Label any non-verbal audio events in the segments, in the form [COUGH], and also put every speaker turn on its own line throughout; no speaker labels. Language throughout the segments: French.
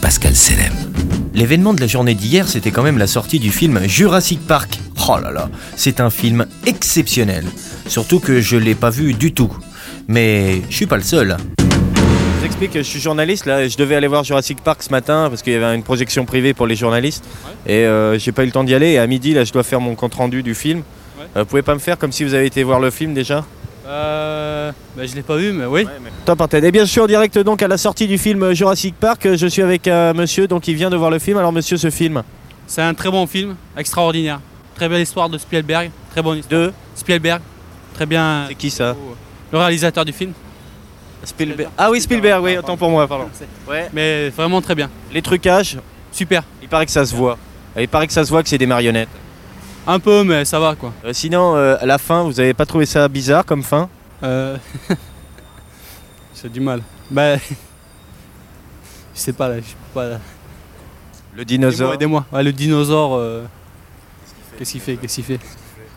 Pascal Selem.
L'événement de la journée d'hier, c'était quand même la sortie du film Jurassic Park. Oh là là, c'est un film exceptionnel. Surtout que je l'ai pas vu du tout. Mais je suis pas le seul.
Je vous explique, je suis journaliste là, et je devais aller voir Jurassic Park ce matin parce qu'il y avait une projection privée pour les journalistes et euh, j'ai pas eu le temps d'y aller et à midi là je dois faire mon compte rendu du film.
Ouais.
Euh, vous pouvez pas me faire comme si vous avez été voir le film déjà
Euh, bah, je l'ai pas vu, mais oui.
Top antenne. Eh bien je suis en direct donc à la sortie du film Jurassic Park, Euh, je suis avec un monsieur donc il vient de voir le film. Alors monsieur ce film
C'est un très bon film, extraordinaire. Très belle histoire de Spielberg, très bonne histoire.
de
Spielberg, très bien. euh,
c'est qui ça
Le réalisateur du [LAUGHS] film.
Spielberg. Ah oui Spielberg, oui, autant pour moi, pardon. Ouais.
Mais vraiment très bien.
Les trucages,
Super.
il paraît que ça se voit. Il paraît que ça se voit que c'est des marionnettes.
Un peu, mais ça va quoi.
Euh, sinon euh, à la fin, vous avez pas trouvé ça bizarre comme fin
Euh... [LAUGHS] J'ai du mal. Bah. [LAUGHS] je sais pas là, je sais pas. là.
Le dinosaure.
Aidez-moi. Ouais, le dinosaure. euh, Qu'est-ce qu'il fait Qu'est-ce qu'il fait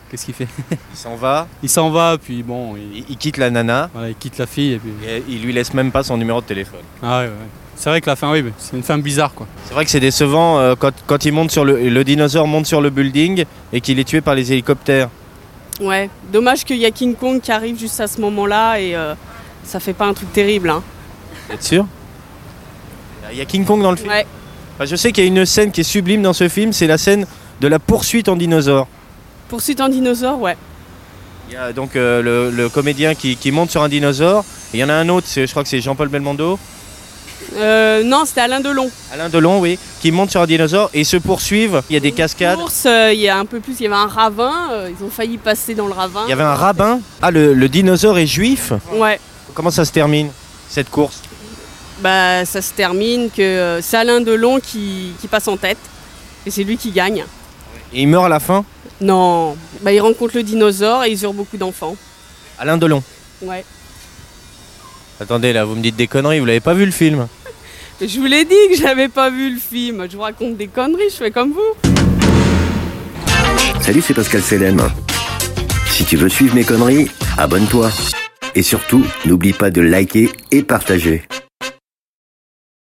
Qu'est-ce qu'il fait [LAUGHS]
Il s'en va,
Il s'en va, puis bon, il...
il, il quitte la nana,
voilà, il quitte la fille et puis.
et il lui laisse même pas son numéro de téléphone.
Ah ouais, ouais. C'est vrai que la fin, oui, mais c'est une fin bizarre quoi.
C'est vrai que c'est décevant euh, quand, quand il monte sur le, le dinosaure monte sur le building et qu'il est tué par les hélicoptères.
Ouais, dommage qu'il y a King Kong qui arrive juste à ce moment-là et euh, ça fait pas un truc terrible. Hein.
Vous êtes sûr Il y a King Kong dans le film.
Ouais,
Enfin, je sais qu'il y a une scène qui est sublime dans ce film, c'est la scène de la poursuite en dinosaure.
poursuite en dinosaure, ouais.
Il y a donc euh, le, le comédien qui, qui monte sur un dinosaure. et Il y en a un autre, c'est- je crois que c'est Jean-Paul Belmondo,
Euh, non, c'était Alain Delon.
Alain Delon, oui, qui monte sur un dinosaure et ils se poursuivent. Il y a des cascades.
Course, euh, il y a un peu plus, il y avait un ravin, euh, ils ont failli passer dans le ravin.
Il y avait un rabbin. Ah, le- le dinosaure est juif.
Ouais,
Comment ça se termine cette course
bah ça se termine que euh, c'est Alain Delon qui, qui passe en tête et c'est lui qui gagne.
Et il meurt à la fin
Non, bah il rencontre le dinosaure et ils eurent beaucoup d'enfants.
Alain Delon.
Ouais.
Attendez là, vous me dites des conneries, vous l'avez pas vu le film
Je vous l'ai dit que j'avais pas vu le film. Je vous raconte des conneries, je fais comme vous.
Salut, c'est Pascal Selem. Si tu veux suivre mes conneries, abonne-toi. Et surtout, n'oublie pas de liker et partager.